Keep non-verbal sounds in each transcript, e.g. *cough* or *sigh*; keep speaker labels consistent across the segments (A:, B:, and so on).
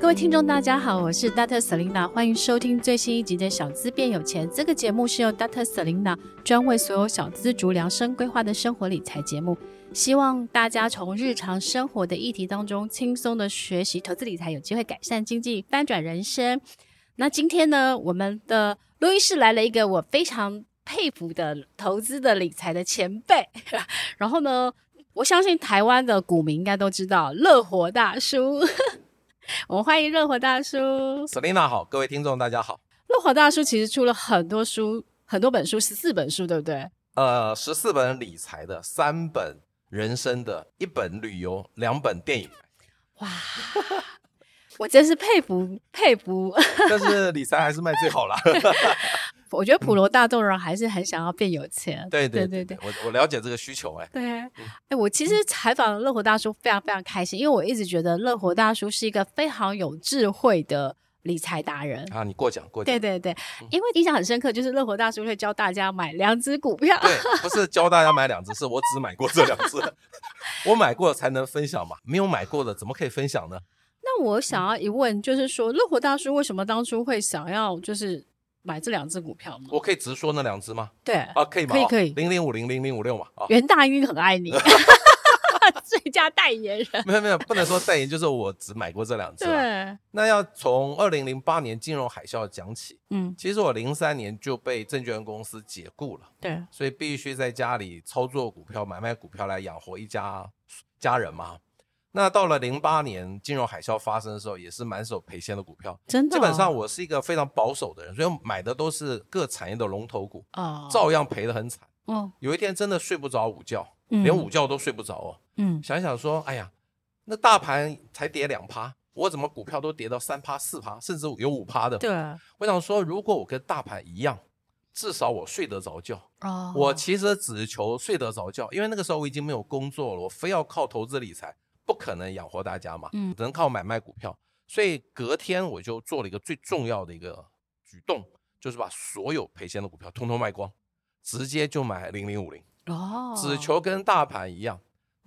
A: 各位听众，大家好，我是 Dr. Selina，欢迎收听最新一集的《小资变有钱》。这个节目是由 Dr. Selina 专为所有小资族量身规划的生活理财节目，希望大家从日常生活的议题当中轻松的学习投资理财，有机会改善经济，翻转人生。那今天呢，我们的录音室来了一个我非常佩服的投资的理财的前辈， *laughs* 然后呢，我相信台湾的股民应该都知道乐活大叔。 *laughs* 我们欢迎热火大叔。
B: Selina 好，各位听众大家好。
A: 热火大叔其实出了很多书，很多本书，十四本书，对不对？
B: 呃，十四本理财的，三本人生的，一本旅游，两本电 *laughs* 影。
A: 哇，我真是佩服佩服。 *laughs*
B: 但是理财还是卖最好啦。 *laughs*
A: 我觉得普罗大众人还是很想要变有钱。
B: 对
A: 对
B: 对嗯
A: 对，
B: 我我了解这个需求哎、
A: 对，哎、我其实采访乐活大叔非常非常开心，因为我一直觉得乐活大叔是一个非常有智慧的理财达人。
B: 啊，你嗯过奖过奖。
A: 对对对，因为印象很深刻，就是乐活大叔会教大家买两只股票。
B: 对，不是教大家买两只，是我只买过这两只， *laughs* 我买过才能分享嘛，没有买过的怎么可以分享呢？
A: 那我
B: 嗯
A: 想要一问，就是说，乐活大叔为什么当初会想要就是买这两只股票呢？
B: 我可以直说那两只吗？
A: 对，
B: 啊，可以吗？
A: 可以可以
B: 零零五零零零五六嘛啊，
A: 袁大英很爱
B: *laughs*
A: 你， *laughs* 最佳代言人。
B: 没有没有，不能说代言，就是我只买过这两只啦。
A: 对，
B: 那要从二零零八年金融海啸讲起，
A: 嗯，
B: 其实我零三年就被证券公司解雇了，
A: 对，
B: 所以必须在家里操作股票、买卖股票来养活一家家人嘛。那到了零八年金融海啸发生的时候，也是满手赔钱的股票。
A: 真的哦、
B: 基本上我是一个非常保守的人，所以买的都是各产业的龙头股，
A: 哦，
B: 照样赔得很惨。
A: 哦，
B: 有一天真的睡不着午觉，
A: 嗯
B: 连午觉都睡不着哦。
A: 嗯，
B: 想想说，哎呀，那大盘才跌两趴，我怎么股票都跌到三趴、四趴，甚至有五趴的？
A: 对，
B: 我想说，如果我跟大盘一样，至少我睡得着觉。
A: 哦，
B: 我其实只求睡得着觉，因为那个时候我已经没有工作了，我非要靠投资理财，不可能养活大家嘛，
A: 嗯
B: 只能靠买卖股票。所以隔天我就做了一个最重要的一个举动，就是把所有赔钱的股票通通卖光，直接就买零零五零。
A: 哦，
B: 只求跟大盘一样。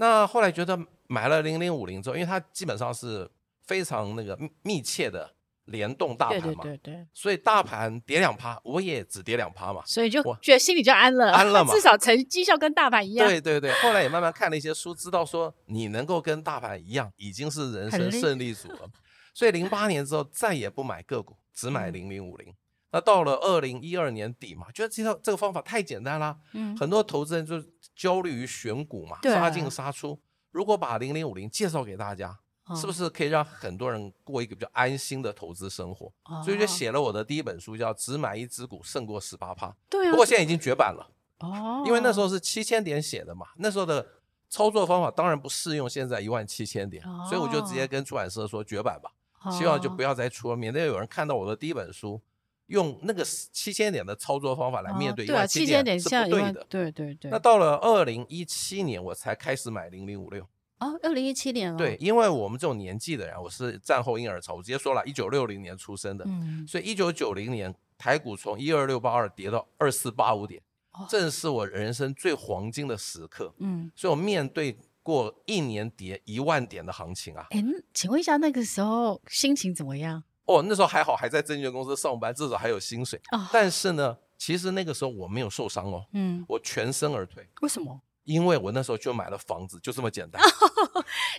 B: 那后来觉得买了零零五零之后，因为它基本上是非常那个密密切的联动大
A: 对
B: 盘嘛，
A: 对对对，
B: 所以大盘跌两趴，我也只跌两趴嘛。
A: 所以就
B: 我
A: 觉得心里就安了，
B: 安了嘛
A: 至少成绩效跟大盘一样，
B: 对对对，后来也慢慢看了一些书，知道说你能够跟大盘一样，已经是人
A: 很厉
B: 生胜利组了。所以零八年之后再也不买个股，只买
A: 嗯
B: 零零五零。那到了二零一二年底嘛，觉得这套这个方法太简单啦，
A: 嗯，
B: 很多投资人就焦虑于选股嘛，
A: 对啊
B: 杀进杀出。如果把零零五零介绍给大家，是不
A: 是？
B: 是可以让很多人过一个比较安心的投资生活？所以就
A: 哦，
B: 写了我的第一本书，叫《只买一只股胜过十八趴》。
A: 对啊，
B: 不过现在已经绝版了，
A: 哦，
B: 因为那时候是七千点写的嘛，那时候的操作方法当然不适用现在一万七千点，
A: 哦
B: 所以我就直接跟出版社说绝版吧，希望就不
A: 要
B: 要再出了，免得有人看到我的第一本书。用那个七千点的操作方法来面对一
A: 对啊，
B: 万
A: 七
B: 七
A: 千
B: 点
A: 点
B: 是
A: 像
B: 不
A: 一
B: 对
A: 万
B: 的，。
A: 对对对，
B: 那到了二零一七年，我才开始买零零五六。
A: 哦，二零一七年了，
B: 对，，因为我们这种年纪的人啊，我是战后婴儿潮，我直接说了，一九六零年出生的，
A: 嗯，
B: 所以一九九零年台股从一二六八二跌到二四八五点
A: 哦，
B: 正是我人生最黄金的时刻。
A: 嗯，
B: 所以我面对过一年跌一万点的行情啊，
A: 哎，那请问一下，那个时候心情怎么样？
B: 哦，那时候还好，还在证券公司上班，至少还有薪水。
A: 哦
B: 但是呢，其实那个时候我没有受伤哦，
A: 嗯，
B: 我全身而退。
A: 为什么？
B: 因为我那时候就买了房子，就这么简单。
A: 啊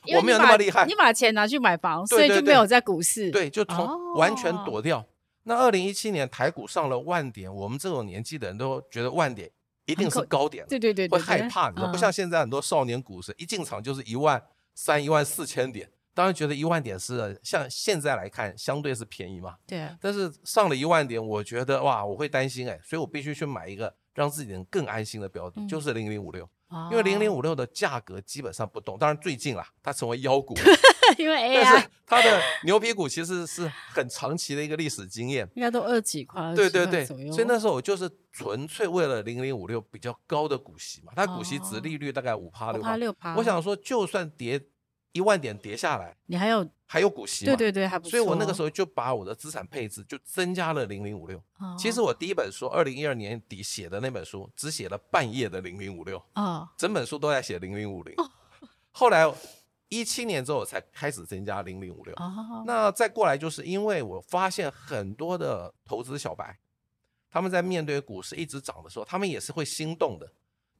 A: 因为
B: 我
A: 你
B: 没有那
A: 把
B: 么厉害
A: 你，把钱拿去买房，
B: 对
A: 所以
B: 对
A: 就没
B: 对
A: 有在股市。，
B: 对，就从完全
A: 哦
B: 躲掉。那二零一七年台股上了万点，我们这种年纪的人都觉得万点一定是
A: 很可
B: 高点了，
A: 对对对对对
B: 会害怕，你知道，不
A: 嗯
B: 像现在很多少年股神一进场就是一万三、一万四千点，当然觉得一万点是像现在来看相对是便宜嘛，
A: 对
B: 但是上了一万点，我觉得哇，我会担心哎、所以我必须去买一个让自己能更安心的标的，
A: 嗯
B: 就是零零五六，因为
A: 哦
B: 零零，五六的价格基本上不动，当然最近啦，它成
A: *laughs*
B: 为妖股了，
A: *laughs* 因为 AI。
B: 但是它的牛皮股其实是很长期的一个历史经验
A: 应该都二几块，
B: 对
A: 20
B: 对
A: 块
B: 对，
A: 左右
B: 所以那时候我就是纯粹为了零零五六比较高的股息嘛，它股息
A: 哦
B: 值利率大概五趴
A: 五
B: 六
A: 趴
B: 趴。
A: 六趴，
B: 我想说，就算跌一万点跌下来，
A: 你还有
B: 还有股息嘛。
A: 对对对，还不错。哦
B: 所以我那个时候就把我的资产配置就增加了零零五六。
A: 候
B: 其实我第一本书二零一二年底写的那本书，只写了半页的零零五六，
A: 啊，哦
B: 整本书都在写零零五零。后来一七年之后我才开始增加零
A: *laughs*
B: 零五六。
A: 哦，
B: 那再过来，就是因为我发现很多的投资小白，他们在面对股市一直涨的时候，他们也是会心动的，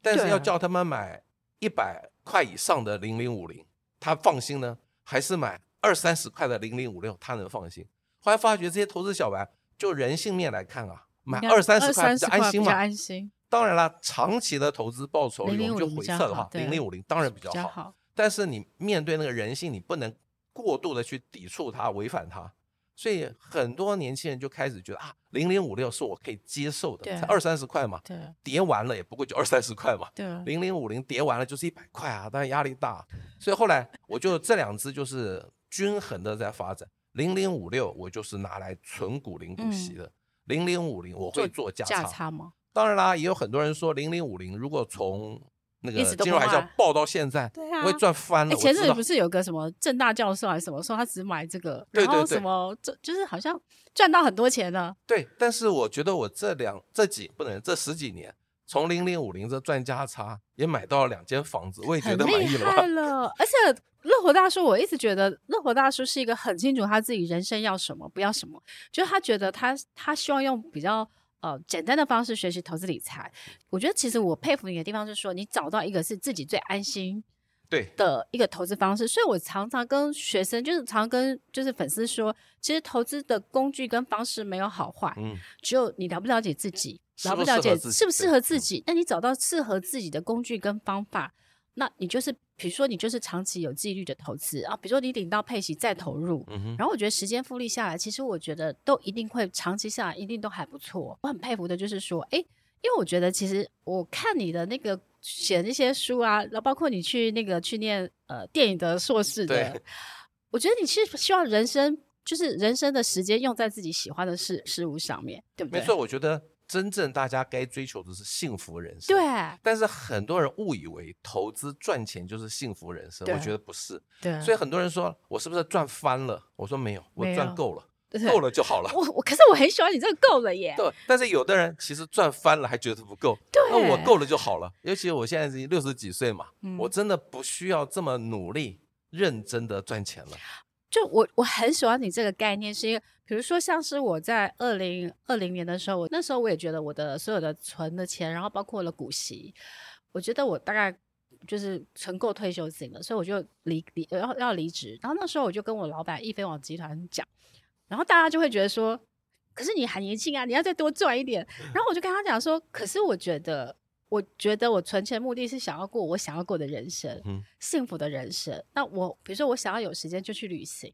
B: 但是
A: 对
B: 要
A: 啊
B: 叫他们买一百块以上的零零五零，他放心呢，还是买二三十块的零零五六，他能放心。后来发觉这些投资小白，就人性面来看啊，买二三十块比较安心
A: 比较
B: 嘛。
A: 安心，
B: 当然啦，长期的投资报酬我们就
A: 0050
B: 回撤的话，
A: 比较
B: 零
A: 好
B: 零五零当然比较
A: 比较
B: 好。
A: 好。
B: 但是你面对那个人性，你不能过度的去抵触它、违反它。所以很多年轻人就开始觉得啊，零零五六是我可以接受的，
A: 对
B: 才二三十块嘛，
A: 对
B: 叠完了也不过就二三十块嘛，
A: 对，
B: 零零五零叠完了就是一百块啊，当然压力大。所以后来我就这两只就是均衡的在发展，零零五六我就是拿来存股零股息的，零零五零我会做
A: 嗯
B: 价
A: 价
B: 差。
A: 差吗？
B: 当然啦，也有很多人说零零五零如果从那
A: 一
B: 个
A: 直都
B: 金
A: 不
B: 融海啸
A: 卖
B: 爆到现在，
A: 对啊
B: 我也赚翻了。
A: 哎，
B: 我
A: 前
B: 知
A: 阵子
B: 道
A: 不是有个什么正大教授还是什么，说他只买这个，
B: 对
A: 然
B: 对
A: 后
B: 对
A: 什么这就是好像赚到很多钱呢。
B: 对，但是我觉得我这两这几不能这十几年，从零零五零这赚价差，也买到了两间房子，我也觉
A: 很
B: 得满
A: 厉
B: 意了
A: 害
B: 吧？ *laughs*
A: 了，而且乐活大叔，我一直觉得乐活大叔是一个很清楚他自己人生要什么，不要什么，就是他觉得他他希望用比较。呃，简单的方式学习投资理财，我觉得其实我佩服你的地方是说，你找到一个是自己最安心
B: 对，
A: 的一个投资方式。所以我常常跟学生，就是常跟就是粉丝说，其实投资的工具跟方式没有好坏，
B: 嗯，
A: 只有你了不了解自己，
B: 适
A: 了
B: 不
A: 不了
B: 适
A: 解
B: 合自己嗯
A: 适不适
B: 对
A: 合自己。那你找到适合自己的工具跟方法，那你就是，比如说你就是长期有纪律的投资啊，比如说你领到配息再投入。
B: 嗯哼，
A: 然后我觉得时间复利下来，其实我觉得都一定会长期下来一定都还不错。我很佩服的就是说，诶，因为我觉得其实我看你的那个写那些书啊，然后包括你去那个去念呃电影的硕士的
B: 对，
A: 我觉得你是希望人生就是人生的时间用在自己喜欢的事事物上面，对不对？
B: 没错，我觉得真正大家该追求的是幸福人生。
A: 对。
B: 但是很多人误以为投资赚钱就是幸福人生，我
A: 对
B: 觉得不是。
A: 对
B: 所以很多人说我是不是赚翻了？我说没有，我
A: 没有 *laughs*
B: 赚够了，
A: 以
B: 够了就好了。
A: 我我可是我很喜欢你这个够了耶， *laughs*
B: 对，但是有的人其实赚翻了还觉得不够，
A: 对
B: 那我够了就好了。尤其我现在已经六十几岁嘛，
A: 嗯
B: 我真的不需要这么努力、认真的赚钱了。
A: 就我我很喜欢你这个概念，是因为比如说像是我在二零二零年的时候，我那时候我也觉得我的所有的存的钱，然后包括我的股息，我觉得我大概就是存够退休金了，所以我就离离要要离职。然后那时候我就跟我老板易飞网集团讲，然后大家就会觉得说，可是你还年轻啊，你要再多赚一点。然后我就跟他讲说，可是我觉得。我觉得我存钱目的是想要过我想要过的人生，
B: 嗯，
A: 幸福的人生。那我比如说我想要有时间就去旅行，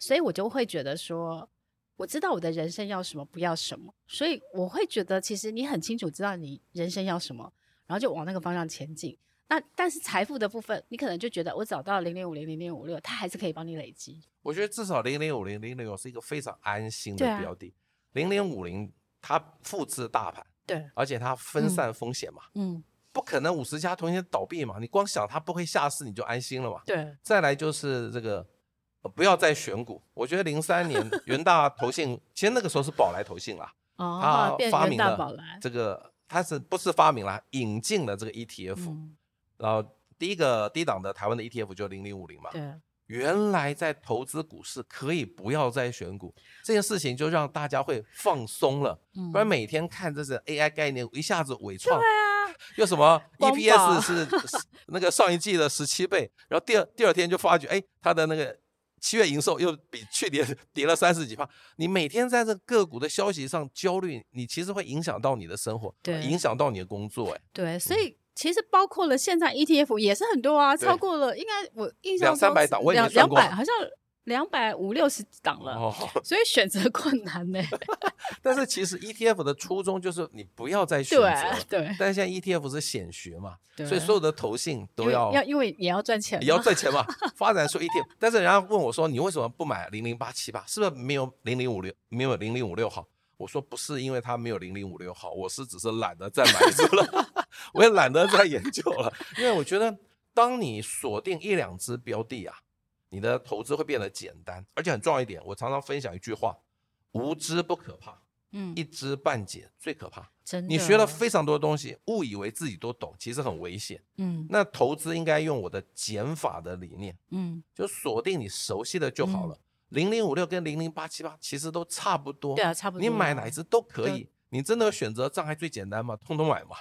A: 所以我就会觉得说，我知道我的人生要什么，不要什么，所以我会觉得其实你很清楚知道你人生要什么，然后就往那个方向前进。那但是财富的部分，你可能就觉得我找到零零五零零零五六，它还是可以帮你累积。
B: 我觉得至少零零五零零零是一个非常安心
A: 对啊
B: 的标的。零零五零它复制大盘，
A: 对，
B: 而且它分散风险嘛，
A: 嗯，
B: 不可能五十家同时倒闭嘛。你光想它不会下市，你就安心了嘛。
A: 对，
B: 再来就是这个。呃不要再选股，我觉得零三年 *laughs* 元大投信，其实那个时候是宝来投信啦，
A: 哦
B: 他，
A: 变
B: 发
A: 成
B: 明
A: 大宝
B: 了
A: 蓝，
B: 这个，他是不是发明了引进了这个 ETF？、
A: 嗯，
B: 然后第一个低档的台湾的 ETF 就零零五零嘛。
A: 对，
B: 原来在投资股市可以不要再选股这件事情，就让大家会放松了，
A: 嗯
B: 不然啊每天看这是 AI 概念一下子伪创，又什么
A: 光宝
B: EPS 是是那个上一季的十七倍，然后第二第二天就发觉，哎，它的那个七月营收又比去年跌了三十几趴。你每天在这个股的消息上焦虑，你其实会影响到你的生活，
A: 对
B: 影响到你的工作，哎，
A: 对，所以其实包括了现在 ETF 也是很多啊，
B: 对
A: 超过了应该我印象
B: 两
A: 中
B: 三百
A: 是
B: 档我也没
A: 两
B: 算
A: 两
B: 过
A: 百好像两百五六十档了，
B: 哦，
A: 所以选择困难
B: *laughs*
A: 呢、
B: 但是其实 ETF 的初衷就是你不要再选择了
A: 对。对
B: 但是现在 ETF 是显学嘛，
A: 对，
B: 所以所有的投信
A: 因
B: 都
A: 为
B: 要
A: 要因为也要赚钱嘛，
B: 也要
A: *laughs*
B: 赚钱嘛，发展出 ETF。但是人家问我说，你为什么不买零零八七八？是不是没有零零五六没有零零五六好？我说不是，因为它没有零零五六好，我是只是懒得再买一只了，
A: *laughs*
B: 我也懒得再研究了，因为我觉得当你锁定一两只标的啊，你的投资会变得简单，而且很重要一点，我常常分享一句话：无知不可怕，
A: 嗯
B: 一，知半解最可怕。
A: 真的，
B: 你学了非常多东西，误以为自己都懂，其实很危险。
A: 嗯
B: 那投资应该用我的减法的理念，
A: 嗯，
B: 就锁定你熟悉的就好了。零零五六跟零零八七八其实都差不多，
A: 对啊，差不多啊。
B: 你买哪一只都可
A: 对啊
B: 以。你真的选择障碍最简单嘛？通通买
A: *laughs*
B: 嘛。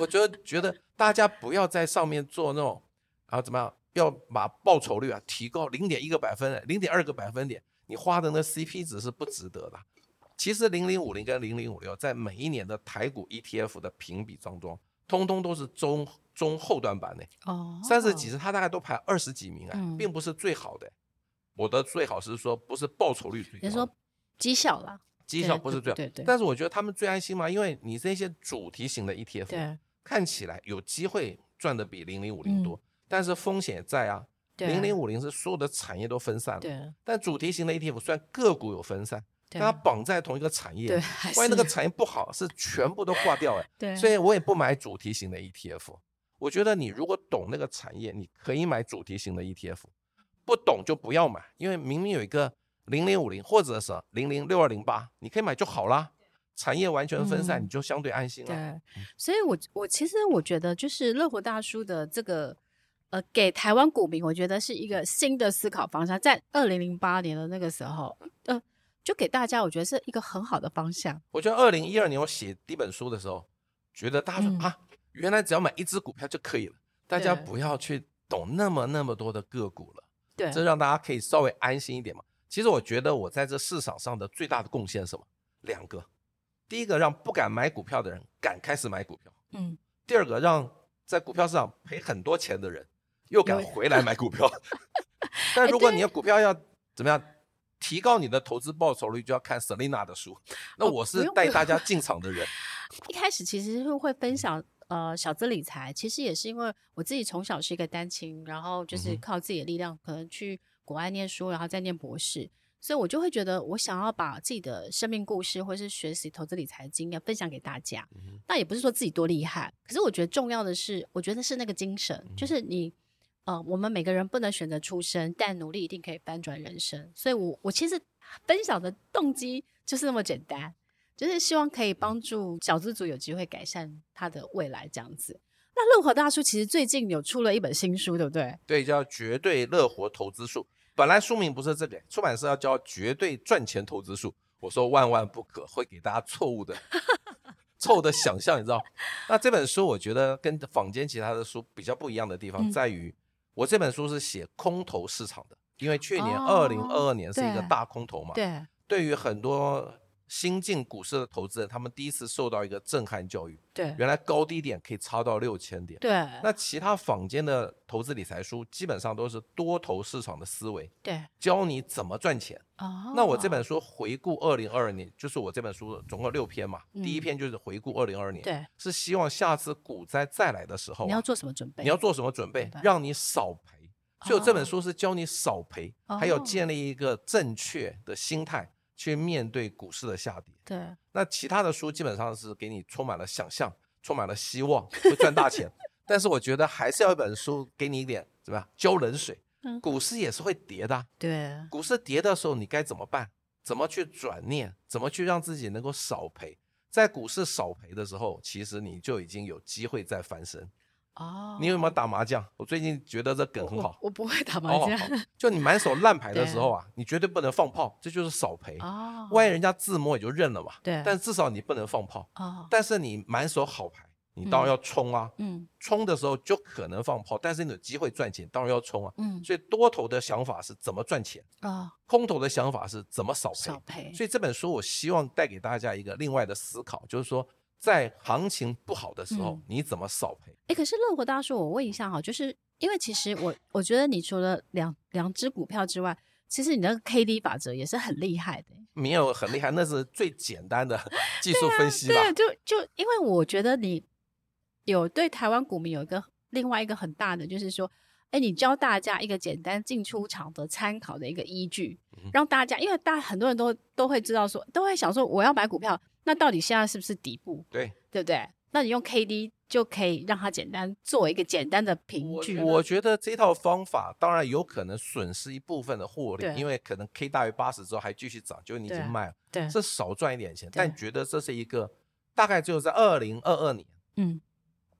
B: 我就觉得大家不要在上面做那种，啊怎么样？要把报酬率啊提高零点一个百分、零点二个百分点，你花的那 CP 值是不值得的。其实零零五零跟零零五六在每一年的台股 ETF 的评比当中，通通都是中中后段版的、
A: 哦，
B: 三十几，是它大概都排二十几名啊，
A: 嗯
B: 并不是最好的、我的最好是说不是报酬率最高，
A: 人说绩效啦，
B: 绩
A: 对
B: 效不是最好，
A: 对对对
B: 但是我觉得他们最安心嘛，因为你这些主题型的 ETF
A: 对
B: 看起来有机会赚的比零零五
A: 嗯
B: 零多，但是风险也在啊。
A: 对啊，
B: 零零五零是所有的产业都分散了，
A: 对
B: 但主题型的 ETF 虽然个股有分散，
A: 对
B: 但它绑在同一个产业，
A: 对，还
B: 万一那
A: 是
B: 个产业不好，是全部都挂掉哎、
A: 对，
B: 所以我也不买主题型的 ETF。我觉得你如果懂那个产业，你可以买主题型的 ETF，不懂就不要买，因为明明有一个零零五零或者是零零六二零八，你可以买就好啦。产业完全分散，
A: 嗯
B: 你就相对安心了。
A: 对，所以我我其实我觉得就是乐活大叔的这个呃，给台湾股民，我觉得是一个新的思考方向。在二零零八年的那个时候，呃，就给大家我觉得是一个很好的方向。
B: 我觉得二零一二年我写第一本书的时候，觉得大家说、
A: 嗯
B: 啊，原来只要买一只股票就可以了，大家
A: 对
B: 不要去懂那么那么多的个股了。
A: 对，
B: 这让大家可以稍微安心一点嘛。其实我觉得我在这市场上的最大的贡献是什么？两个，第一个让不敢买股票的人敢开始买股票，
A: 嗯，
B: 第二个让在股票市场赔很多钱的人又敢
A: 有哎
B: 回来买股票。 *laughs* 但如果
A: 对
B: 你的股票要怎么样？提高你的投资报酬率，就要看 Selina 的书。那
A: 哦
B: 我
A: 不
B: 是
A: 用
B: 带
A: 不用
B: 大家进场的人，
A: 一开始其实是会分享呃小资理财，其实也是因为我自己从小是一个单亲，然后就是
B: 嗯哼
A: 靠自己的力量，可能去国外念书，然后再念博士，所以我就会觉得我想要把自己的生命故事或是学习投资理财的经验分享给大家。
B: 嗯
A: 那也不是说自己多厉害，可是我觉得重要的是，我觉得是那个精神，
B: 嗯
A: 就是你。呃，我们每个人不能选择出身，但努力一定可以翻转人生。所以我，我其实分享的动机就是那么简单，就是希望可以帮助小资族有机会改善他的未来这样子。那乐活大叔其实最近有出了一本新书，对不对？
B: 对，叫绝对乐活投资术。本来书名不是这个，出版社要叫绝对赚钱投资术。我说万万不可，会给大家错误的、错误的想象，你知道？那这本书我觉得跟坊间其他的书比较不一样的地方
A: 嗯
B: 在于，我这本书是写空头市场的，因为去年
A: 哦
B: 二零二二年是一个
A: 对
B: 大空头嘛。
A: 对，
B: 对于很多新进股市的投资人，他们第一次受到一个震撼教育，
A: 对，
B: 原来高低点可以差到六千点。
A: 对，
B: 那其他坊间的投资理财书基本上都是多头市场的思维，
A: 对，
B: 教你怎么赚钱。
A: 哦。
B: 那我这本书回顾二零二二年，就是我这本书总共六篇嘛，
A: 嗯
B: 第一篇就是回顾二零二二年，
A: 对，
B: 是希望下次股灾再来的时候啊、
A: 你要做什么准备？
B: 你要做什么准备
A: 明白，
B: 让你少赔。所以我这本
A: 哦
B: 书是教你少赔，还有
A: 哦
B: 建立一个正确的心态去面对股市的下跌。
A: 对，
B: 那其他的书基本上是给你充满了想象，充满了希望，会赚大钱。但是我觉得还是要一本书给你一点怎么样浇冷水
A: 嗯。
B: 股市也是会跌的啊、
A: 对，
B: 股市跌的时候你该怎么办？怎么去转念？怎么去让自己能够少赔？在股市少赔的时候，其实你就已经有机会再翻身。
A: 哦。
B: 你有没有打麻将？我最近觉得这梗很
A: 我
B: 好。
A: 我不会打 *laughs* 麻
B: 哦
A: 将。，
B: 好就你满手烂牌的
A: *laughs* 对
B: 时候啊，你绝对不能放炮，这就是少赔。
A: 哦，
B: 万一人家自摸也就认了嘛。
A: 对
B: 但至少你不能放炮。
A: 哦，
B: 但是你满手好牌，你当然要冲啊！
A: 嗯
B: 冲的时候就可能放炮，但是你有机会赚钱，当然要冲啊！
A: 嗯
B: 所以多头的想法是怎么赚钱，
A: 哦，
B: 空头的想法是怎么少赔
A: 少。赔，
B: 所以这本书我希望带给大家一个另外的思考，就是说在行情不好的时候
A: 嗯，
B: 你怎么少赔？
A: 哎，可是乐活大叔，我问一下哈，就是因为其实我我觉得你除了两两只股票之外，其实你那个 K D 法则也是很厉害的欸。
B: 没有很厉害，那是最简单的技术分析啦
A: *laughs* 对，。啊就就因为我觉得你有对台湾股民有一个另外一个很大的，就是说，哎，你教大家一个简单进出场的参考的一个依据，
B: 嗯
A: 让大家，因为大很多人都都会知道说，都会想说我要买股票，那到底现在是不是底部？
B: 对，
A: 对不对？啊那你用 KD 就可以让它简单做一个简单的凭据。
B: 我觉得这套方法当然有可能损失一部分的获利
A: 对，
B: 因为可能 K 大于八十之后还继续涨，就是你已
A: 对啊
B: 经卖了，
A: 对，
B: 这少赚一点钱，但
A: 对
B: 觉得这是一个大概只有在二零二二年
A: 嗯，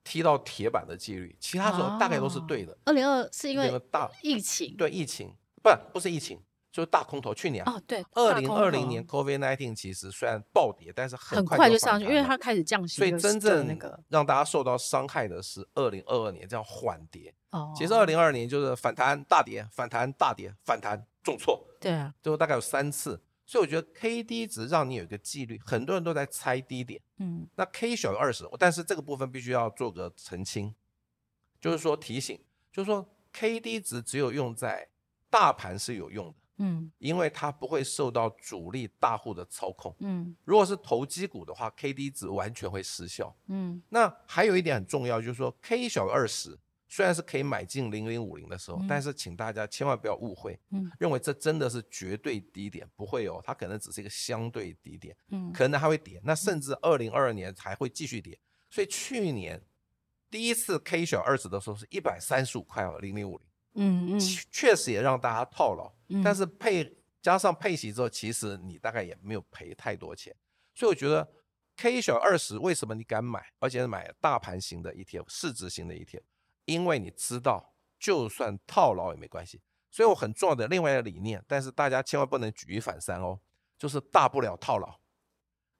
B: 踢到铁板的几率，其他时候大概都是对的。
A: 哦二零二是因为
B: 个大
A: 疫情，
B: 对疫情不不是疫情，就是大空头。去年
A: 哦对，
B: 二
A: 大
B: 零
A: 空
B: 二
A: 头
B: 零年 COVID nineteen 其实虽然暴跌，但是
A: 很
B: 快
A: 就
B: 就
A: 上去，因为它
B: 它
A: 开始降息
B: 所
A: 就是，
B: 以真
A: 就
B: 正
A: 那个
B: 让大家受到伤害的是二零二二年这样缓跌。
A: 哦，
B: 其实二零二年就是反弹大跌，反弹大跌，反弹重挫，
A: 对啊，
B: 最后大概有三次。所以我觉得 K D 值让你有一个纪律，很多人都在猜低点。
A: 嗯
B: 那 K 小于二十，但是这个部分必须要做个澄清，就是说提醒，就是说 KD 值只有用在大盘是有用的，
A: 嗯
B: 因为它不会受到主力大户的操控。
A: 嗯
B: 如果是投机股的话，KD 值完全会失效。
A: 嗯
B: 那还有一点很重要，就是说 K 小于二十，虽然是可以买进零零五零的时候，
A: 嗯
B: 但是请大家千万不要误会，
A: 嗯
B: 认为这真的是绝对低点，不会哦，它可能只是一个相对低点。
A: 嗯，
B: 可能还会跌，那甚至二零二二年还会继续跌。所以去年第一次 K 小二十的时候是一百三十五块哦，零零五零，
A: 嗯嗯，
B: 确确实也让大家套牢。
A: 嗯
B: 但是配加上配息之后，其实你大概也没有赔太多钱。所以我觉得 K 小二十为什么你敢买，而且买大盘型的 ETF、市值型的 ETF，因为你知道就算套牢也没关系。所以我很重要的另外一个理念，但是大家千万不能举一反三哦，就是大不了套牢。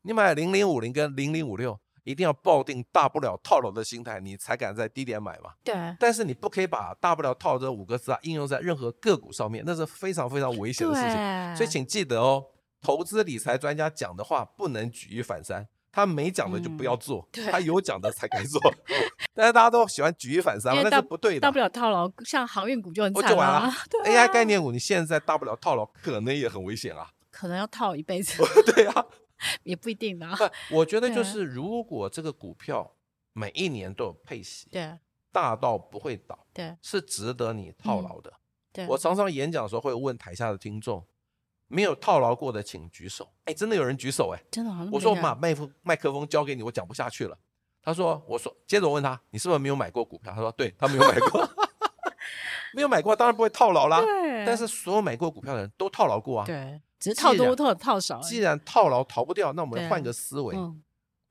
B: 你买零零五零跟零零五六，一定要抱定大不了套牢的心态，你才敢在低点买嘛。
A: 对。
B: 但是你不可以把“大不了套”这五个字啊应用在任何个股上面，那是非常非常危险的事情。
A: 对，
B: 所以请记得哦，投资理财专家讲的话不能举一反三，他没讲的就不要做，
A: 嗯对
B: 他有讲的才该做。 *laughs* 但是大家都喜欢举一反三嘛
A: 因，为
B: 那是不对的
A: 大
B: 啊
A: 不。了套牢，像航运股就很
B: 我
A: 惨啊
B: 就完
A: 啦
B: 了
A: 啊
B: AI 概念股，你现在大不了套牢，可能也很危险啊。
A: *laughs*
B: *laughs*
A: 可能要套一辈子
B: 对啊，
A: 也不一定啦。
B: 不，我觉得
A: 对
B: 就
A: 啊
B: 是如果这个股票每一年都有配息，
A: 对
B: 大到不会倒，
A: 对
B: 是值得你套
A: 嗯
B: 牢的。
A: 对，
B: 我常常演讲的时候会问台下的听众，没有套牢过的请举手。哎，真的有人举手哎、
A: 真的好像
B: 我说我把麦克麦克风交给你，我讲不下去了。他说，我说，接着我问他，你是不是没有买过股票？他说，对他没有买
A: *laughs*
B: 过，没有买过当然不会套牢啦。
A: 对，
B: 但是所有买过股票的人都套牢过啊。
A: 对，只是
B: 既
A: 套多
B: 然
A: 套套少而已，
B: 既然套牢逃不掉，那我
A: 对啊
B: 们换个思维，
A: 嗯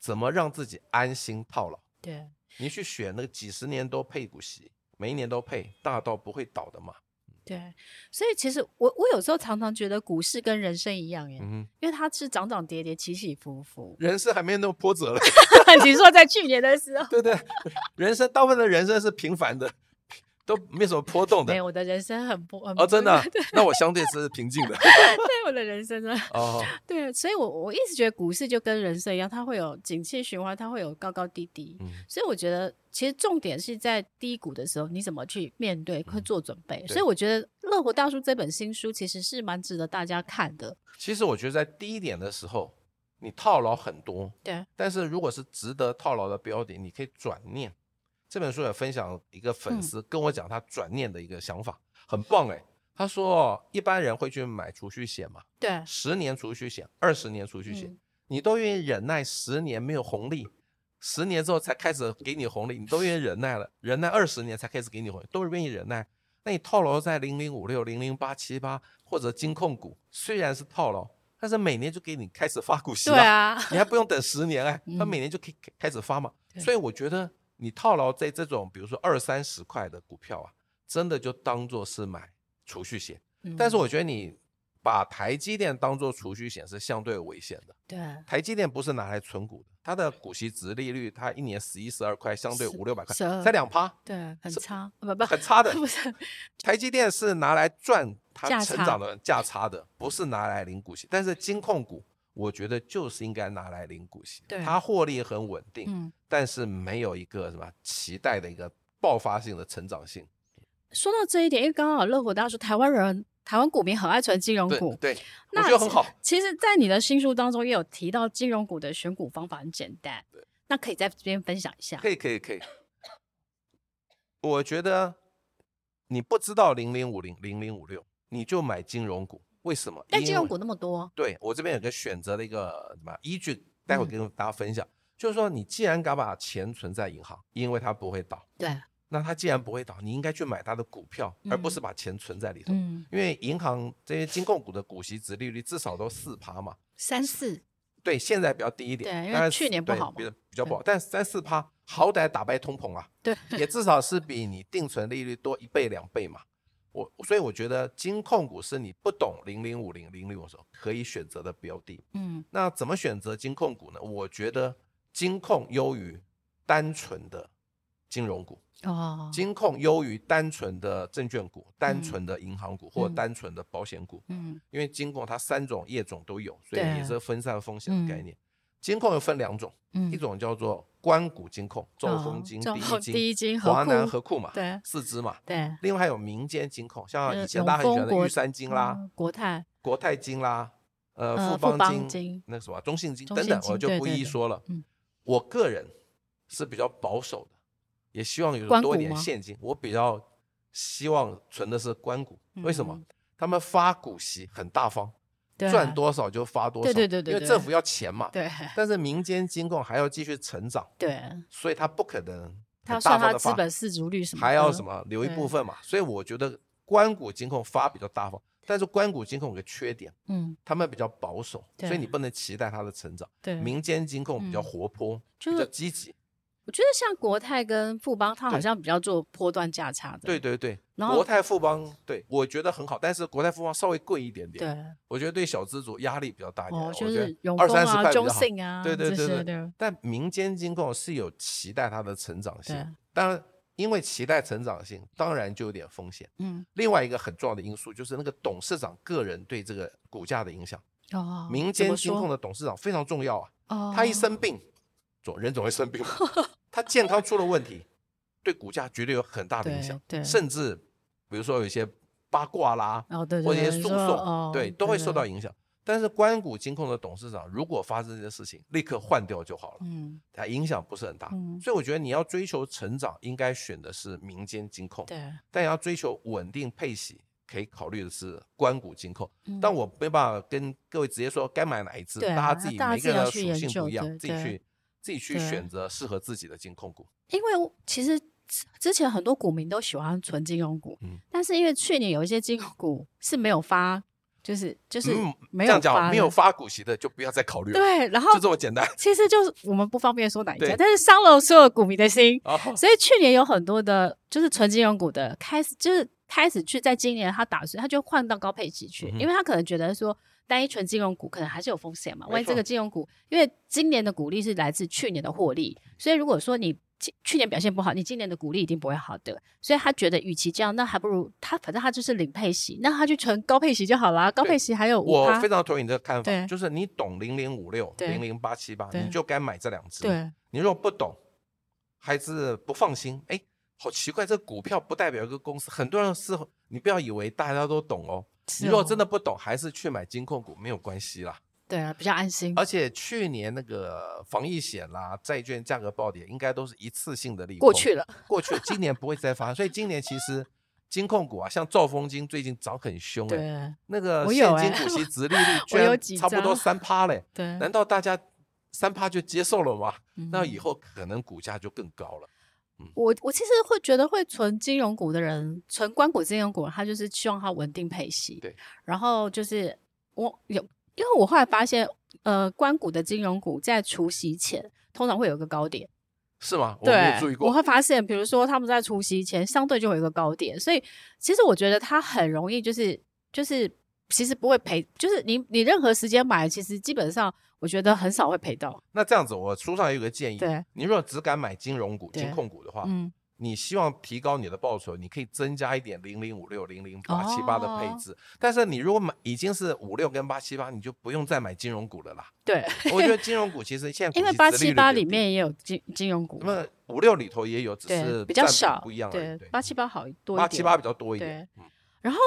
B: 怎么让自己安心套牢？
A: 对
B: 你去选那个几十年都配股息，每一年都配，大到不会倒的嘛。
A: 对，所以其实我我有时候常常觉得股市跟人生一样耶，
B: 嗯哼，。
A: 因为它是涨涨跌跌、起起伏伏
B: 人生还没有那么波折了。
A: 你说在去年的时候，
B: *laughs* 对对，人生大部分的人生是平凡的，都没什么波动
A: 没
B: 的。
A: 有我的人生很不很，
B: 哦，真的啊
A: 对
B: 那我相对是平静
A: *laughs*
B: 的。
A: 我的人生呢，
B: 哦，
A: 对，所以我我一直觉得股市就跟人生一样，它会有景气循环，它会有高高低低。
B: 嗯，
A: 所以我觉得，其实重点是在低谷的时候，你怎么去面对
B: 嗯
A: 和做准备。所以我觉得《乐活大叔》这本新书其实是蛮值得大家看的。
B: 其实我觉得在低点的时候，你套牢很多，
A: 对，
B: 但是如果是值得套牢的标的，你可以转念。这本书也分享一个
A: 嗯
B: 粉丝跟我讲他转念的一个想法，很棒哎。他说哦，一般人会去买储蓄险嘛，
A: 对，
B: 十年储蓄险、二十年储蓄险
A: 嗯，
B: 你都愿意忍耐十年没有红利，十年之后才开始给你红利，你都愿意忍耐了，忍耐二十年才开始给你红利，都愿意忍耐。那你套牢在零零五六、零零八七八或者金控股，虽然是套牢，但是每年就给你开始发股息
A: 对
B: 了，
A: 啊，
B: 你还不用等十年哎，它
A: 嗯
B: 每年就可以开开始发嘛。
A: 对
B: 所以我觉得你套牢在这种比如说二三十块的股票啊，真的就当做是买储蓄险。但是
A: 嗯
B: 我觉得你把台积电当做储蓄险是相对危险的。
A: 对
B: 台积电不是拿来存股的，它的股息值利率，它一年十一十二块，相对
A: 十
B: 五六百块
A: 12，
B: 才两趴，
A: 对很
B: 是
A: 差，不不
B: 很差的
A: *laughs* 。不是，
B: 台积电是拿来赚
A: 价
B: 它
A: 差
B: 成长的价差的，不是拿来领股息。但是金控股，我觉得就是应该拿来领股息
A: 对，
B: 它获利很稳定，
A: 嗯，
B: 但是没有一个什么期待的一个爆发性的成长性。
A: 说到这一点，因为刚好啊乐活大叔，台湾人台湾股民很爱存金融
B: 对
A: 股，
B: 对，我
A: 那
B: 觉得很好。
A: 其实，在你的新书当中也有提到金融股的选股方法很简单，那可以在这边分享一下
B: 可。以，可以，可以。我觉得你不知道零零五零、零零五六，你就买金融股，为什么？
A: 但
B: 因
A: 金融
B: 为
A: 股那么多，
B: 对我这边有个选择的一个什么依据，待会
A: 嗯
B: 跟大家分享。就是说你既然敢把钱存在银行，因为它不会倒，
A: 对，
B: 那它既然不会倒，你应该去买它的股票，而不是把钱存在里头。
A: 嗯，
B: 因为银行这些金控股的股息值利率至少都四趴嘛，
A: 三四，
B: 对，现在比较低一点，
A: 对因为
B: 当然
A: 去年不
B: 对
A: 好嘛
B: 比较比较不好，但三四趴好歹打败通膨啊，
A: 对，
B: 也至少是比你定存利率多一倍两倍嘛。我所以我觉得金控股是你不懂零零五零零零五时候可以选择的标的。
A: 嗯
B: 那怎么选择金控股呢？我觉得金控优于单纯的金融股，
A: 哦，
B: 金控优于单纯的证券股、单
A: 嗯
B: 纯的银行股或
A: 嗯
B: 单纯的保险股。
A: 嗯
B: 因为金控它三种业种都有，所以
A: 对
B: 也是分散风险的概
A: 嗯
B: 念。金控又分两种，
A: 嗯
B: 一种叫做关谷金控、兆
A: 哦
B: 丰金、
A: 兆
B: 第
A: 丰
B: 一金、
A: 第一金和
B: 华南
A: 库
B: 和库嘛，
A: 对
B: 四支嘛。
A: 对，
B: 另外还有民间金控，像
A: 呃
B: 以前
A: 永
B: 大家很喜欢
A: 丰国
B: 的玉山金啦、
A: 嗯国泰，
B: 国泰金啦、
A: 呃
B: 呃
A: 富
B: 富
A: 邦
B: 邦金、
A: 金
B: 那个什么中信金
A: 中
B: 等
A: 信
B: 等，我
A: 金
B: 就
A: 对
B: 不
A: 对
B: 一一
A: 对
B: 说了。
A: 嗯
B: 我个人是比较保守的，也希望有
A: 关
B: 多一
A: 谷
B: 点
A: 吗
B: 现金。我比较希望存的是关谷，为什么
A: 嗯？
B: 他们发股息很大方，
A: 对
B: 赚多少就发多少，
A: 对对对对
B: 因为
A: 对
B: 政府要钱嘛。
A: 对
B: 但是民间金控还要继续成长，
A: 对，
B: 所以他不可能
A: 他要
B: 很
A: 算他
B: 大方的
A: 资
B: 发，
A: 本市足率什么，嗯
B: 还要什？么留一
A: 对
B: 部分嘛。所以我觉得关谷金控发比较大方，但是关谷金控有个缺点，
A: 嗯，
B: 他们比较保守，
A: 对
B: 所以你不能期待它的成长。
A: 对，
B: 民间金控比较
A: 嗯
B: 活泼，
A: 就
B: 比
A: 是
B: 较积极。
A: 我觉得像国泰跟富邦，它好
B: 对
A: 像比较做波段价差的，
B: 对对对，
A: 然后
B: 国泰富邦对我觉得很好，但是国泰富邦稍微贵一点点。
A: 对，
B: 我觉得对小资族压力比较大一点，
A: 哦，
B: 哎我
A: 就
B: 觉得
A: 是永
B: 二
A: 丰
B: 三十
A: 啊、
B: 块比较
A: 中
B: 好。
A: 信啊，
B: 对对
A: 这
B: 对
A: 些
B: 对
A: 的，
B: 但民间金控是有期待它的成长性
A: 对，
B: 当然因为期待成长性，当然就有点风险。
A: 嗯，
B: 另外一个很重要的因素就是那个董事长个人对这个股价的影响。
A: 哦，
B: 民
A: 怎
B: 间
A: 么
B: 金控
A: 说，
B: 的董事长非常重要啊，
A: 哦，
B: 他一生病，总人总会
A: *laughs*
B: 生病嘛，他健康出了问题，对股价绝对有很大的影响
A: 对对，
B: 甚至比如说有一些八卦啦，
A: 哦，对，对
B: 或者一些
A: 对
B: 诉
A: 说哦
B: 讼，对，都会受到
A: 对
B: 影响。但是关谷金控的董事长如果发生这些事情，立刻换掉就好了，
A: 嗯，
B: 它影响不是很大
A: 嗯。
B: 所以我觉得你要追求成长，应该选的是民间金控，
A: 对，
B: 但要追求稳定配息，可以考虑的是关谷金控。
A: 嗯
B: 但我没办法跟各位直接说该买哪一只，
A: 对啊
B: 大家自己
A: 大家
B: 每
A: 自己
B: 个
A: 要
B: 人的
A: 去
B: 属
A: 研
B: 性
A: 究
B: 不一样
A: 对，
B: 自己
A: 对
B: 去自己去
A: 对
B: 选择适合自己的金控股。
A: 因为我其实之之前很多股民都喜欢存金融股，
B: 嗯
A: 但是因为去年有一些金融股是没有发，就是就是
B: 嗯
A: 没有
B: 这样
A: 发的、
B: 讲，没有发股息的就不要再考虑了，
A: 对，然后
B: 就这么简单。
A: 其实就是我们不方便说哪一家，
B: 对
A: 但是伤了所有股民的心，
B: 哦，
A: 所以去年有很多的，就是纯金融股的开始，就是开始去在今年他打算他就换到高配息去，
B: 嗯哼
A: 因为他可能觉得说单一纯金融股可能还是有风险嘛，
B: 没
A: 万一这
B: 错
A: 个金融股，因为今年的股利是来自去年的获利，所以如果说你今去年表现不好，你今年的股利一定不会好的，所以他觉得与其这样，那还不如他反正他就是领配息，那他去存高配息就好啦，高配息还有五
B: *laughs* 我
A: 趴
B: 非，常同意你的看
A: 对
B: 法，就是你懂零零五六、
A: 对
B: 零零八七八，
A: 对
B: 你就该买这两只。
A: 对
B: 你如果不懂，还是不放心，哎，好奇怪，这股票不代表一个公司，很多人是，你不要以为大家都懂哦。
A: 是
B: 你如果
A: 哦
B: 真的不懂，还是去买金控股没有关系啦。
A: 对啊，比较安心，
B: 而且去年那个防疫险啦、债券价格暴跌，应该都是一次性的利空
A: 过去了，
B: 过去了今年不会再发生。所以今年其实金控股啊，像兆丰金最近涨很凶哎、
A: 对
B: 那个
A: 我有
B: 现
A: 哎
B: 金股息
A: *laughs*
B: 值利率居
A: 我有
B: 然
A: 几嗯
B: 差不多三趴嘞，
A: 对，
B: 难道大家三趴就接受了吗？那以
A: 后。
B: 后可能股价就更高了。
A: 我我其实会觉得会存金融股的人，存关股金融股，他就是希望它稳定配息。
B: 对，
A: 然后就是我有，因为我后来发现，呃，关股的金融股在除夕前通常会有一个高点。
B: 是吗？我没
A: 对
B: 有注意，
A: 我
B: 过。
A: 会发现，比如说他们在除夕前相对就有一个高点，所以其实我觉得它很容易就是就是其实不会赔，就是你你任何时间买，其实基本上我觉得很少会赔到。
B: 那这样子，我书上有个建议，
A: 对，
B: 你啊如果只敢买金融股、
A: 对
B: 金控股的话，
A: 嗯，
B: 你希望提高你的报酬，你可以增加一点零零五六、零零八七八的
A: 哦
B: 配置。但是你如果买已经是五六跟八七八，你就不用再买金融股了
A: *laughs*
B: 啦。
A: 对，
B: 我觉得金融股其实现在
A: 因为
B: 股息
A: 八
B: 殖利
A: 七
B: 率
A: 八
B: 比
A: 里
B: 较
A: 面也有金金融股
B: 低，
A: 嘛。
B: 那五六里头也有，只
A: 对，
B: 是
A: 比较
B: 占比
A: 少，
B: 不一样而
A: 对
B: 已。，
A: 八七八好一多一
B: 八
A: 点，
B: 七八比较多一点嗯
A: 对。。然后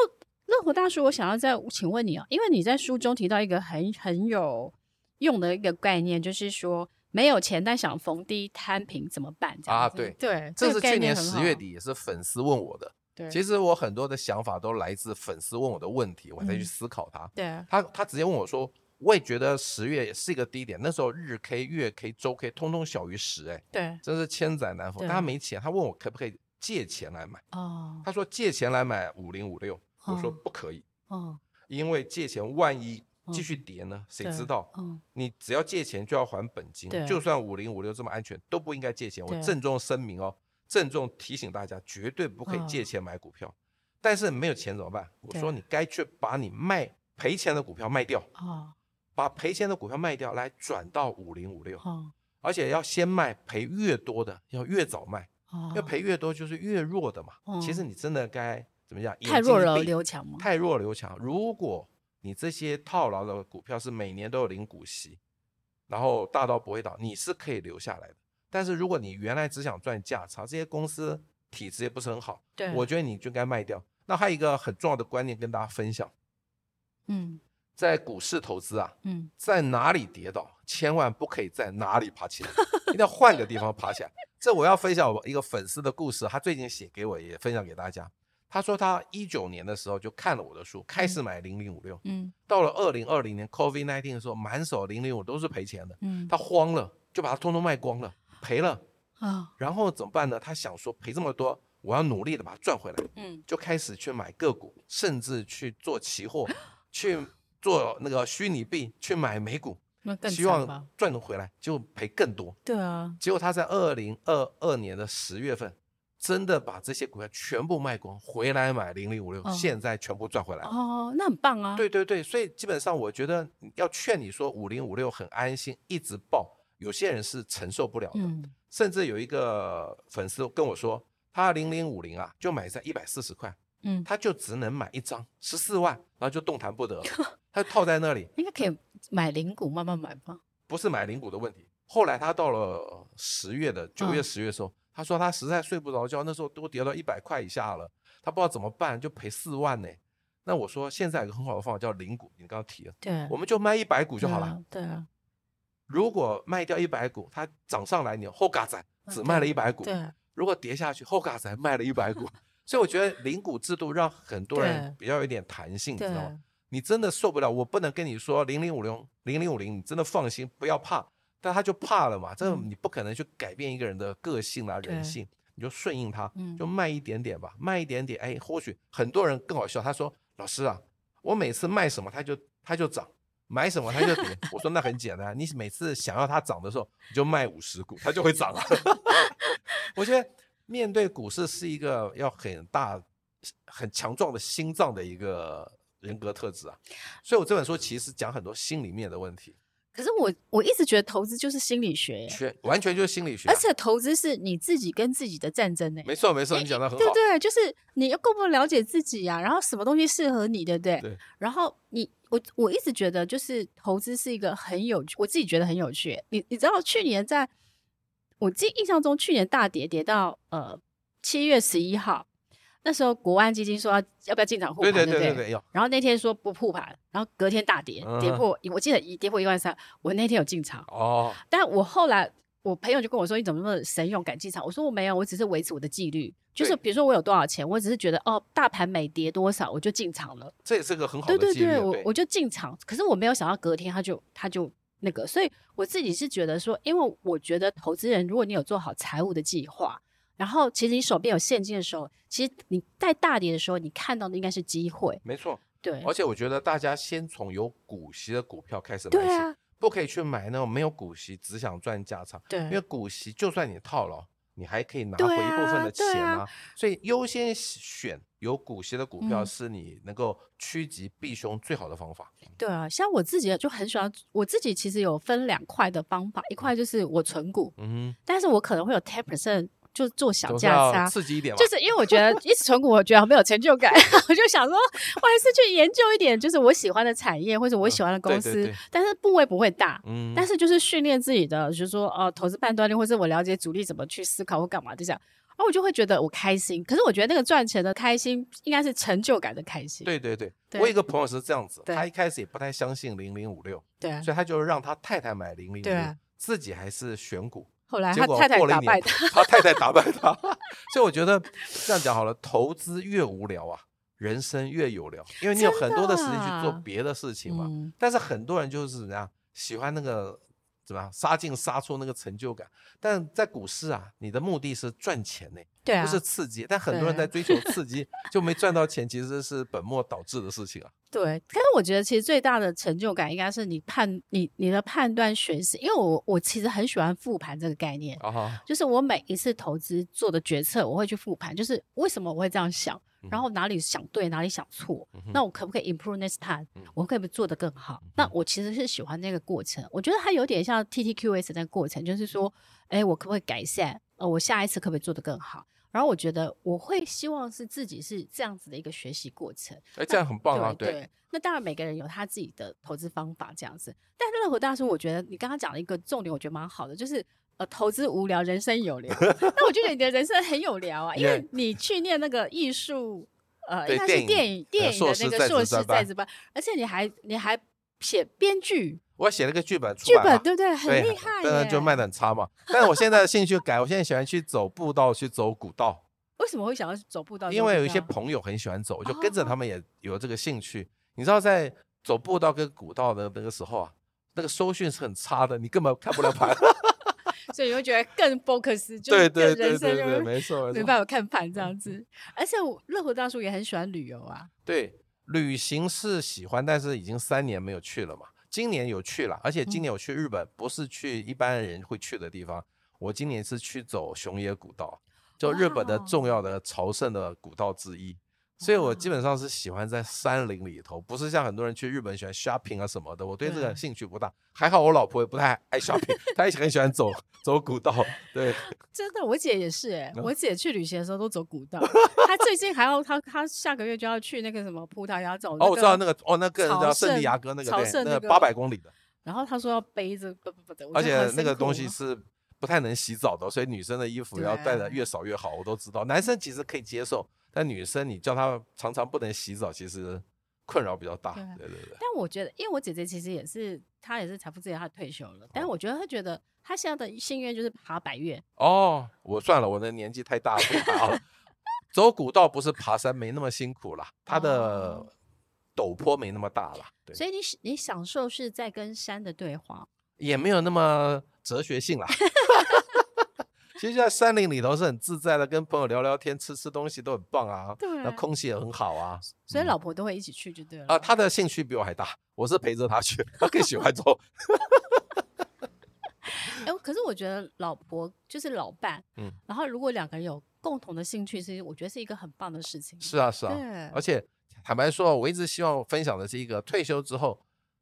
A: 乐活大叔，我想要再请问你啊，因为你在书中提到一个很很有用的一个概念，就是说没有钱但想逢低摊平怎么办？这样
B: 啊
A: 子
B: 对
A: 对，
B: 这
A: 个
B: 是
A: 概
B: 去年
A: 念很
B: 十
A: 好
B: 月，底也是粉丝问我的，
A: 对，
B: 其实我很多的想法都来自粉丝问我的问题，我才去
A: 嗯
B: 思考它。
A: 对
B: 他他直接问我说：“我也觉得十月也是一个低点，那时候日 K、月 K、周 K 通通小于十，哎，
A: 对，
B: 真是千载难逢。
A: 对
B: 但他没钱，他问我可不可以借钱来买，
A: 哦，
B: 他说借钱来买五零五六，我说
A: 嗯
B: 不可以，
A: 哦，
B: 因为借钱万一
A: 嗯
B: 继续跌呢，谁
A: 对
B: 知道？
A: 嗯，
B: 你只要借钱就要还本金
A: 对，
B: 就算五零五六这么安全都不应该借钱。我
A: 对
B: 郑重声明哦，郑重提醒大家，绝对不可以
A: 嗯
B: 借钱买股票。但是没有钱怎么办？我
A: 对
B: 说你该去把你卖赔钱的股票卖掉，
A: 哦，
B: 把赔钱的股票卖掉，来转到五零五六，
A: 哦，
B: 而且要先卖赔越多的，要越早卖，
A: 哦，
B: 要赔越多就是越弱的嘛。
A: 嗯
B: 其实你真的该怎么讲？
A: 太弱
B: 眼睛
A: 了，
B: 闭
A: 刘强吗？
B: 太弱留强。如果你这些套牢的股票是每年都有领股息，然后大到不会倒，你是可以留下来的。但是如果你原来只想赚价差，这些公司体质也不是很好，
A: 对，
B: 我觉得你就该卖掉。那还有一个很重要的观念跟大家分享，
A: 嗯
B: 在股市投资啊，
A: 嗯，
B: 在哪里跌倒，千万不可以在哪里爬起来，一定要换个地方爬起来。这我要分享我一个粉丝的故事，他最近写给我，也分享给大家。他说他一九年的时候就看了我的书，开始买零零五六，
A: 嗯
B: 到了二零二零年 COVID 1 9的时候，满手零零五都是赔钱的，
A: 嗯，
B: 他慌了，就把它通通卖光了，赔了。
A: 啊，
B: 然后怎么办呢？他想说赔这么多，我要努力的把它赚回来。
A: 嗯
B: 就开始去买个股，甚至去做期货，去做那个虚拟币，去买美股，
A: 那更
B: 希
A: 惨
B: 望
A: 吧
B: 赚得回来，就赔更多。
A: 对啊，
B: 结果他在二零二二年的十月份，真的把这些股票全部卖光，回来买零零五六，
A: 嗯
B: 现在全部赚回来了。
A: 哦，那很棒啊，
B: 哎对对对，所以基本上我觉得嗯要劝你说五零五六很安心，一直报，有些人是承受不了的。
A: 嗯，
B: 甚至有一个粉丝跟我说，他零零五零啊，就买在一百四十块，
A: 嗯
B: 他就只能买一张十四万，然后就动弹不得了，
A: *laughs*
B: 他就套在那里，
A: 应该可以买零股慢慢买吧，
B: 不是买零股的问题。后来他到了十月的九月、
A: 嗯
B: 十月的时候，他说他实在睡不着觉，那时候都跌到一百块以下了，他不知道怎么办，就赔四万呢。那我说现在有个很好的方法叫零股，你刚刚提了，
A: 对，
B: 我们就卖一百股就
A: 嗯
B: 好
A: 对
B: 了。
A: 啊，对啊，
B: 如果卖掉一百股，它涨上来你后嘎仔只卖了一百股，
A: 嗯对，啊
B: 如果跌下去，后嘎仔卖了一百股， *laughs* 所以我觉得零股制度让很多人比较有点弹性，你嗯知道吗
A: 对？，啊
B: 你真的受不了，我不能跟你说零零五零零零五零，你真的放心，不要怕。但他就怕了嘛，这
A: 嗯
B: 你不可能去改变一个人的个性啊、
A: 对
B: 人性，你就顺应他
A: 嗯，
B: 就卖一点点吧，卖一点点。哎，或许很多人更好笑，他说：“老师啊，我每次卖什么它就它就涨，买什么它就跌。”我说：“那很简单，你每次想要它涨的时候，你就卖五十股，它就会涨啊。” *laughs* 我觉得面对股市是一个要很大、很强壮的心脏的一个人格特质啊。所以我这本书其实讲很多心里面的问题，
A: 可是我我一直觉得投资就是心理学耶，
B: 全完全就是心理学啊、
A: 而且投资是你自己跟自己的战争呢，
B: 没错没错，你讲的很
A: 对
B: 好
A: 不。对？就是你要够不了解自己啊呀、然后什么东西适合你，对不对？
B: 对
A: 然后你我我一直觉得，就是投资是一个很有趣，我自己觉得很有趣。你你知道去年在，我记印象中去年大跌跌到呃七月十一号，那时候国安基金说要要不要进场护盘，
B: 对对
A: 不
B: 对对对，要
A: 然后那天说不护盘，然后隔天大跌，跌
B: 嗯
A: 破、我记得一跌破一万三，我那天有进场，
B: 哦，
A: 但我后来我朋友就跟我说：“你怎么那么神勇敢进场？”我说：“我没有，我只是维持我的纪律。就是
B: 对
A: 比如说我有多少钱，我只是觉得哦，大盘每跌多少我就进场了。
B: 这也是个很好
A: 对
B: 的
A: 对
B: 纪律。
A: 对，我我就进场。可是我没有想到隔天他就他就那个，所以我自己是觉得说，因为我觉得投资人如果你有做好财务的计划，然后其实你手边有现金的时候，其实你在大跌的时候，你看到的应该是机会。
B: 没错。
A: 对
B: 而且我觉得大家先从有股息的股票开始买
A: 对
B: 起，
A: 啊，
B: 不可以去买那种没有股息只想赚价差，因为
A: 对
B: 股息就算你套牢，你还可以拿
A: 嗯对
B: 回一部分
A: 啊
B: 的
A: 对
B: 钱
A: 啊
B: 啊。所以优先选有股息的股票
A: 嗯
B: 是你能够趋吉避凶最好的方法。
A: 对啊，像我自己就很喜欢，我自己其实有分两块的方法，一块就是我存股。
B: 嗯
A: 但是我可能会有 ten percent 就做
B: 哼，
A: 小
B: 总是
A: 价
B: 要
A: 差，
B: 刺激一点嘛
A: 就。是因为我觉得一直存股，我觉得很没有成就感， *laughs* 我就想说，我还是去研究一点，就是我喜欢的产业或者我
B: 嗯
A: 喜欢的
B: 对
A: 公
B: 对
A: 司，
B: 对
A: 但是部位不会大。
B: 嗯
A: 但是就是训练自己的，就是说，呃，投资判断力，或者我了解主力怎么去思考或干嘛，就这样。然后我就会觉得我开心，可是我觉得那个赚钱的开心，应该是成就感的开心。
B: 对对对，
A: 对
B: 我有一个朋友是这样子，
A: 对
B: 他一开始也不太相信零零五六，
A: 对啊，
B: 所以他就让他太太买零零五
A: 对
B: 六
A: 啊，
B: 自己还是选股。
A: 后来
B: 结
A: 他
B: 果
A: 太太
B: 过了一
A: 打败
B: 年，
A: *laughs* 他，
B: *laughs* 他太太打败他，所以我觉得这样讲好了，投资越无聊啊，人生越有聊，因为你有
A: 真
B: 很多的
A: 的
B: 时间去做
A: 啊
B: 别的事情嘛。
A: 嗯
B: 但是很多人就是怎么样喜欢那个怎么样杀进杀出那个成就感，但在股市啊，你的目的是赚钱呢、
A: 对啊，
B: 不是刺激。但很多人在追求刺激，就没赚到钱，其实是本末倒置的事
A: *laughs*
B: 情啊。
A: 对，但是我觉得其实最大的成就感应该是你判你你的判断选是，因为我我其实很喜欢复盘这个概念，
B: 啊哈，
A: 就是我每一次投资做的决策，我会去复盘，就是为什么我会这样想，然后哪里想对，哪里想错，
B: 嗯嗯哼
A: 那我可不可以 improve next time？
B: 嗯
A: 我可不可以做得更好？那我其实是喜欢那个过程，我觉得它有点像 TTQS 那个过程，就是说，哎，我可不可以改善？呃，我下一次可不可以做得更好？然后我觉得我会希望是自己是这样子的一个学习过程。
B: 哎，这样很棒啊，
A: 对
B: 对，
A: 那当然每个人有他自己的投资方法这样子。但乐活大叔，我觉得你刚刚讲了一个重点，我觉得蛮好的，就是。呃，投资无聊，人生有
B: *laughs*
A: 聊。那我觉得你的人生很有聊啊，因为
B: Yeah
A: 你去念那个艺术，呃，应
B: 对
A: 该是电
B: 电呃
A: 影电影
B: 硕
A: 的
B: 士
A: 那个
B: 在职
A: 硕士
B: 专班
A: 在职班，而且你还你还写编剧
B: 我写了个剧本出
A: 剧
B: 版啊
A: 本，
B: 了。
A: 对不对？很
B: 对
A: 厉害
B: 当然
A: 耶！
B: 就卖的很差嘛。但是我现在的兴趣改，我现在喜欢去走步道，去走古道。
A: 为什么会想要走步道？
B: 因为有一些
A: 走
B: 朋友很喜欢走，我就跟
A: 哦
B: 着他们也有这个兴趣。你知道，在走步道跟古道的那个时候啊，那个搜讯是很差的，你根本看不了盘。
A: 步道所以你会觉得更 focus，就是
B: 对
A: 更
B: 对对
A: 人
B: 对
A: 生
B: 对，
A: 就
B: 没错
A: 是没
B: 没错。
A: 办法看盘这样子。而且我乐活大叔也很喜欢旅游啊，
B: 对，旅行是喜欢，但是已经三年没有去了嘛。今年有去了，而且今年
A: 嗯
B: 我去日本，不是去一般人会去的地方。我今年是去走熊野古道，就日本的
A: 哇哦
B: 重要的朝圣的古道之一。所以我基本上是喜欢在山林里头，不是像很多人去日本喜欢 shopping 啊什么的，我对这
A: 对
B: 个兴趣不大。还好我老婆也不太爱 shopping，她也 *laughs* 很喜欢走走古道。
A: *laughs*
B: 对，
A: 真的，我姐也是哎、
B: 嗯
A: 我姐去旅行的时候都走古道。她最近还要，她她下个月就要去那个什么葡萄牙走、
B: 哦，我知道那个哦，那个人
A: 朝
B: 叫圣
A: 圣
B: 地亚哥那个
A: 朝
B: 对，
A: 圣
B: 那
A: 那
B: 个
A: 个
B: 八百公里的，
A: 然后她说要背着，不不不的，我
B: 而
A: 觉得好
B: 且那
A: 辛
B: 个
A: 苦
B: 东西
A: 哦
B: 是不太能洗澡的，所以女生的衣服
A: 对
B: 要
A: 啊
B: 带的越少越好，我都知道。男生其实可以接受，但女生你叫她常常不能洗澡，其实困扰比较大。
A: 对啊
B: 对对对，
A: 但我觉得，因为我姐姐其实也是，她也是财富自由，她退休了。但是我觉得她觉得她现在的心愿就是爬百越，
B: 哦，我算了，我的年纪太大不爬了。走古道不是爬山，没那么辛苦啦，它的
A: 哦
B: 陡坡没那么大啦，对，
A: 所以你喜你享受是在跟山的对话。
B: 也没有那么哲学
A: *laughs*
B: 性啦。 *laughs* 其实，在山林里头是很自在的，跟朋友聊聊天、吃吃东西都很棒啊。
A: 对
B: 那空气也很好啊。
A: 所以
B: 嗯
A: 老婆都会一起去就对了。
B: 啊，他的兴趣比我还大，我是陪着他去，他更喜欢 *laughs* 走。
A: 哎、可是我觉得老婆就是老伴，嗯
B: 嗯，
A: 然后如果两个人有共同的兴趣，是我觉得是一个很棒的事情。
B: 是啊，是啊，
A: 对，
B: 而且坦白说，我一直希望分享的是一个退休之后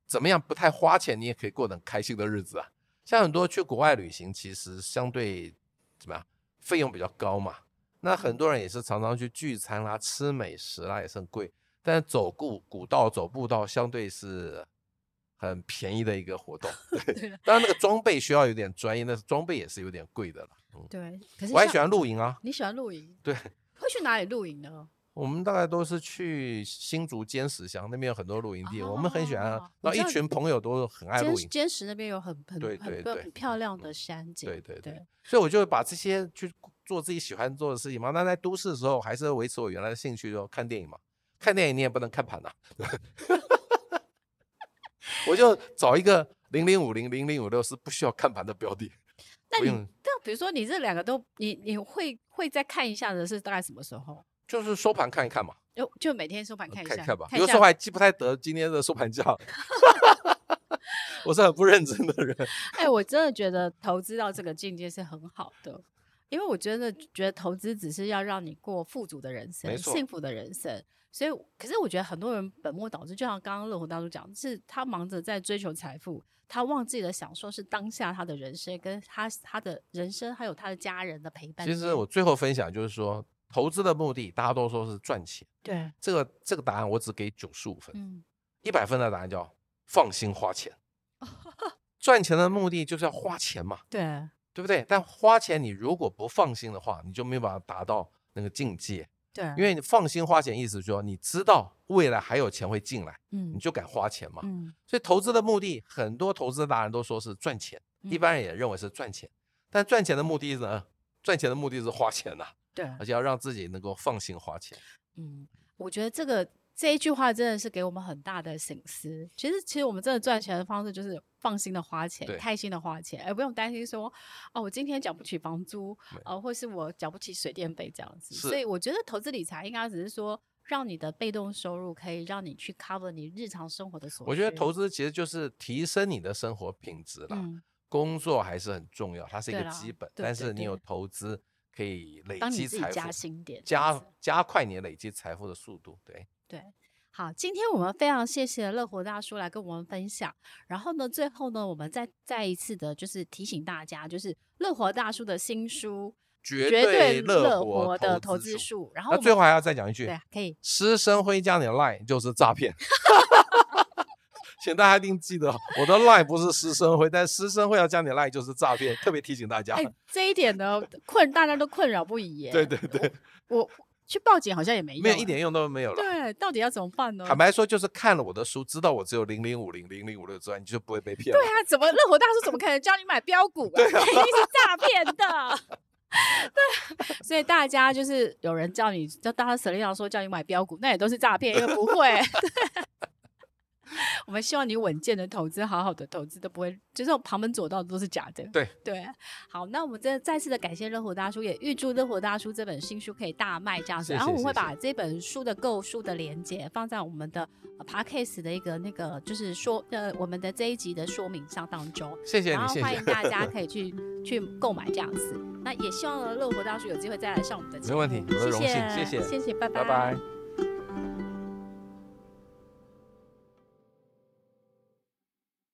B: 怎么样不太花钱，你也可以过得很开心的日子啊。像很多去国外旅行，其实相对怎么样，费用比较高嘛。那很多人也是常常去聚餐啦、吃美食啦，也是很贵。但是走古古道、走步道，相对是很便宜的一个活动。对，当然那个装备需要有点专业，但是装备也是有点贵的了。嗯，
A: 对，可是
B: 我还
A: 像
B: 喜欢露营啊。
A: 你喜欢露营，
B: 对，
A: 会去哪里露营呢？
B: 我们大概都是去新竹尖石乡那边有很多露营地，我们很喜欢
A: 哦
B: 啊。
A: 你
B: 然后
A: 知
B: 一
A: 道
B: 群朋友都很爱
A: 坚
B: 露
A: 石
B: 营，
A: 坚石那边有很很
B: 对
A: 很
B: 对
A: 漂
B: 对嗯
A: 很漂亮的山景，
B: 对对对
A: 对，
B: 所以我就会把这些去做自己喜欢做的事情嘛。那在都市的时候，还是维持我原来的兴趣，就看电影嘛。看电影你也不能看盘呐、 *laughs* 我就找一个零零五零零零五六是不需要看盘的标的，
A: *laughs* 那
B: 不
A: 你
B: 用
A: 但比如说你这两个都你你会会再看一下的是大概什么时候？
B: 就是收盘看一看嘛，
A: 就就每天收盘看一下，
B: 呃看一看吧。
A: 看一
B: 有
A: 下
B: 时候还记不太得今天的收
A: *laughs*
B: 盘价， *laughs* 我是很不认真的人。
A: 哎，我真的觉得投资到这个境界是很好的，因为我真的觉得投资只是要让你过富足的人生，
B: 没错
A: 幸福的人生。所以，可是我觉得很多人本末倒置，就像刚刚乐活大叔讲，是他忙着在追求财富，他忘记了享受是当下他的人生，跟他他的人生，还有他的家人的陪伴。
B: 其实我最后分享就是说，投资的目的大家都说是赚钱，
A: 对，
B: 这个这个答案我只给九十五分，
A: 嗯，
B: 一百分的答案叫放心花
A: *laughs*
B: 钱。赚钱的目的就是要花钱嘛，
A: 对，
B: 对不对？但花钱你如果不放心的话，你就没有办法达到那个境界，
A: 对，
B: 因为你放心花钱，意思是说你知道未来还有钱会进来，你
A: 嗯
B: 就敢花钱嘛。
A: 嗯，
B: 所以投资的目的，很多投资达人都说是赚钱，一
A: 嗯
B: 般人也认为是赚钱，但赚钱的目的呢？赚钱的目的是花钱呐、
A: 对，
B: 而且要让自己能够放心花钱。
A: 嗯，我觉得这个这一句话真的是给我们很大的醒思。其实，其实我们真的赚钱的方式就是放心的花钱
B: 对，
A: 开心的花钱，而不用担心说，哦，我今天缴不起房租，
B: 对
A: 呃，或是我缴不起水电费这样子。
B: 是
A: 所以，我觉得投资理财应该只是说，让你的被动收入可以让你去 cover 你日常生活的所需。
B: 我觉得投资其实就是提升你的生活品质啦，
A: 嗯，
B: 工作还是很重要，它是一
A: 对
B: 个
A: 啦
B: 基本，
A: 对
B: 但
A: 对
B: 是你有
A: 对
B: 投资可以累
A: 帮你
B: 积
A: 自己
B: 财富
A: 加，薪点，这样
B: 加
A: 子
B: 加快你累积财富的速度。对，
A: 对，好，今天我们非常谢谢乐活大叔来跟我们分享。然后呢，最后呢，我们再再一次的，就是提醒大家，就是乐活大叔的新书《
B: *laughs* 绝
A: 绝对乐
B: 活
A: 活的
B: 投
A: 投资
B: 术。
A: 术》。然后
B: 那
A: 我
B: 最
A: 们
B: 后还要再讲一句
A: 对，，啊可以
B: 师生辉加你的 line 就是诈骗。 *laughs* 请大家一定记得，哦我的 line 不是师生辉，但师生辉要加你的 line 就是诈骗，特别提醒大家 *laughs*
A: 哎。，这一点呢，困大家都困扰不已耶。
B: 对对对，
A: 我去报警好像也没用，啊
B: 没有一。点用都没有了。
A: 对，到底要怎么办呢？
B: 坦白说，就是看了我的书，知道我只有零零五零、零零五六之外，你就不
A: *laughs*
B: 会被骗了
A: 对。啊，怎么乐活大叔怎么可能教你买标股啊？ *laughs* 肯定是诈骗的。对，所以大家就是有人叫你，叫大家舍利上说叫你买标股，那也都是诈骗，因为不会。 *laughs* 我们希望你稳健的投资，好好的投资都不会，就是旁门左道都是假的。
B: 对
A: 对，好，那我们真的再次的感谢乐活大叔，也预祝乐活大叔这本新书可以大卖这样子。
B: 谢谢
A: 然后我
B: 谢
A: 会
B: 谢
A: 把这本书的购书的链接放在我们的 p a d c a s 的一个那个就是说呃我们的这一集的说明上当中，
B: 谢谢
A: 然
B: 你，
A: 后
B: 谢
A: 欢
B: 谢
A: 迎，大
B: *laughs*
A: 家可以去去购买这样子。那也希望呢乐活大叔有机会再来上我们的节目，
B: 没问题我的荣幸
A: 谢
B: 谢谢
A: 谢谢，
B: 拜拜。